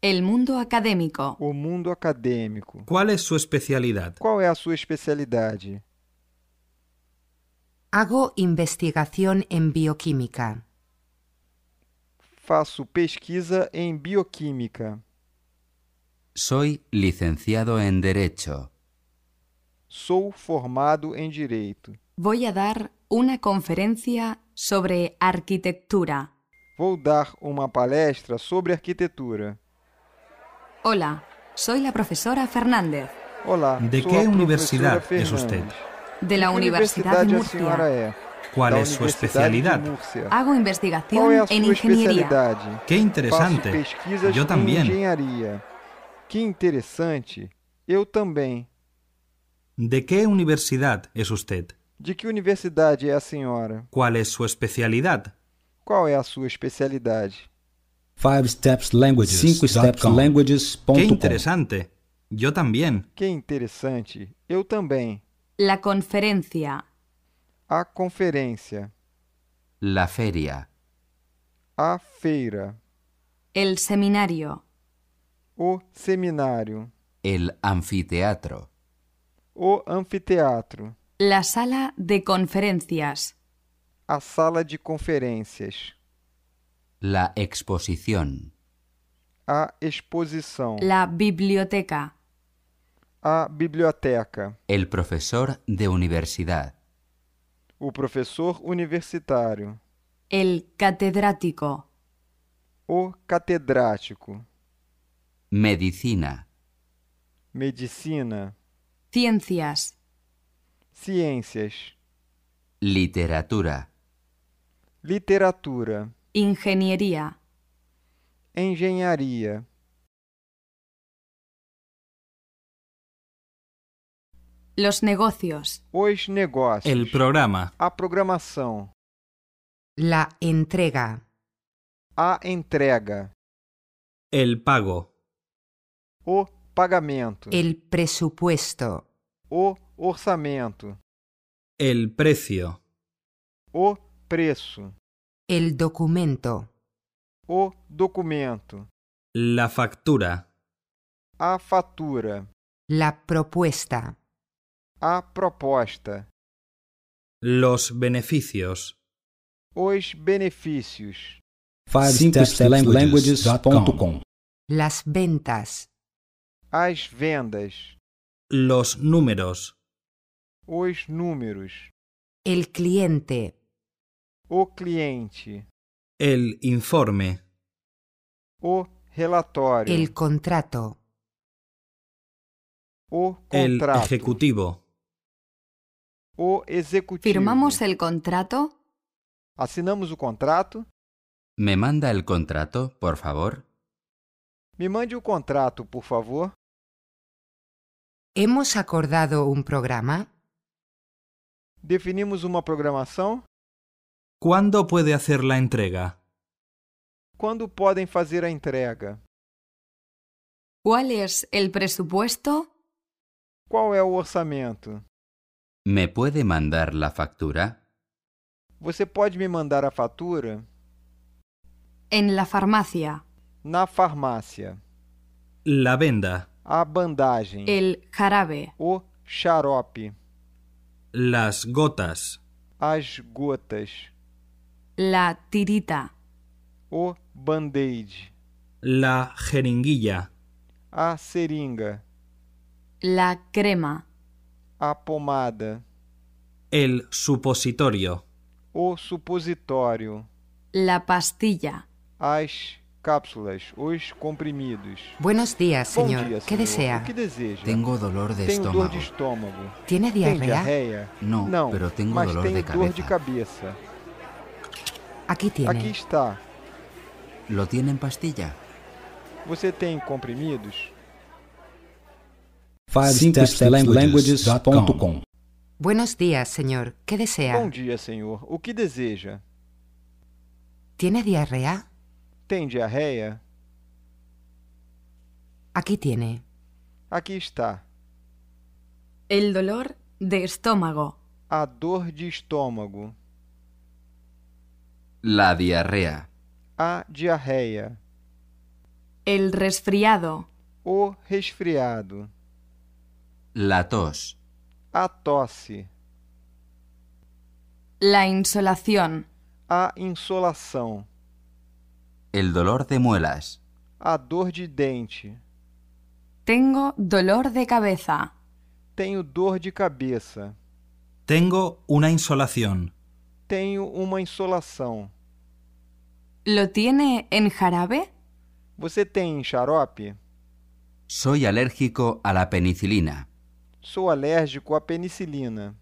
El mundo académico. O mundo acadêmico. ¿Cuál es su especialidad? Qual é a sua especialidade? Hago investigación en bioquímica. Faço pesquisa em bioquímica. Soy licenciado en Derecho. Sou formado em direito. Voy a dar una conferencia sobre arquitectura. Vou dar uma palestra sobre arquitetura. Hola, soy la profesora Fernández, Olá. De sou que a professora universidade é Fernandes. você? de la Que Universidad de a senhora Murcia. é? ¿Cuál Da es su Universidade de especialidad? Múrcia. Hago Qual é a investigación sua en ingeniería. especialidade? ¡Qué Faço interesante! pesquisas Eu em também. engenharia. Que interessante. Eu também. ¿De qué universidad es usted? De que universidade é a senhora? ¿Cuál es su especialidad? Qual é a sua especialidade? Five Steps Languages. Cinco Steps .com. ¡Qué Languages.com. interesante! Yo también. Que interessante. Eu também. La conferencia. A conferência. La feria. A feira. El seminario. O seminário. El anfiteatro. O anfiteatro. La sala de conferencias. A sala de conferências. La exposición. A exposição. La biblioteca. A biblioteca. El profesor de universidad. O professor universitário. El catedrático. O catedrático. Medicina. Medicina. Ciencias. Ciências. Literatura. Literatura. Ingeniería. Engenharia. Los negocios. Os negócios. El programa. A programação. La entrega. A entrega. El pago. O pagamento. El presupuesto. O orçamento. El precio. O preço. El documento. O documento. La factura. A fatura. La propuesta. A proposta. Los beneficios. Os benefícios. Five Cinco Steps Languages ponto com. Las ventas. As vendas. Los números. Os números. El cliente. O cliente. El informe. O relatório. El contrato. O El contrato. ejecutivo. O executivo. ¿Firmamos el contrato? Assinamos o contrato? ¿Me manda el contrato, por favor? Me mande o contrato, por favor. ¿Hemos acordado un programa? Definimos uma programação? ¿Cuándo puede hacer la entrega? Quando podem fazer a entrega? ¿Cuál es el presupuesto? Qual é o orçamento? ¿Me puede mandar la factura? Você pode me mandar a fatura? En la farmacia. Na farmácia. La venda. A bandagem. El jarabe. O xarope. Las gotas. As gotas. La tirita. O band-aid. La jeringuilla. A seringa. La crema. A pomada. El supositorio. O supositório. La pastilla. As cápsulas. Os comprimidos. Buenos días, Bom señor. dia, ¿Qué senhor. desea? O que deseja? Tengo dolor de Tenho dor estómago. de estômago. ¿Tiene Tem diarrea? diarreia? Não, Não, pero tenho mas dolor tenho de dor de cabeza. cabeça. Aquí tiene. Aqui está. ¿Lo tiene en pastilla? Você tem comprimidos? Five Cinco Steps Languages ponto com. Buenos días, señor. ¿Qué desea? Bom dia, senhor. O que deseja? ¿Tiene diarrea? Tem diarreia? Aquí tiene. Aqui está. El dolor de estómago. A dor de estômago. La diarrea. A diarreia. el resfriado, o resfriado, la tos, a tosse, la insolación, a insolação, el dolor de muelas, a dor de dente, tengo dolor de cabeza, tenho dor de cabeça, Tengo una insolación. tenho uma insolação. ¿lo tiene en jarabe? Você tem xarope? soy alérgico a la penicilina. Sou alérgico à penicilina.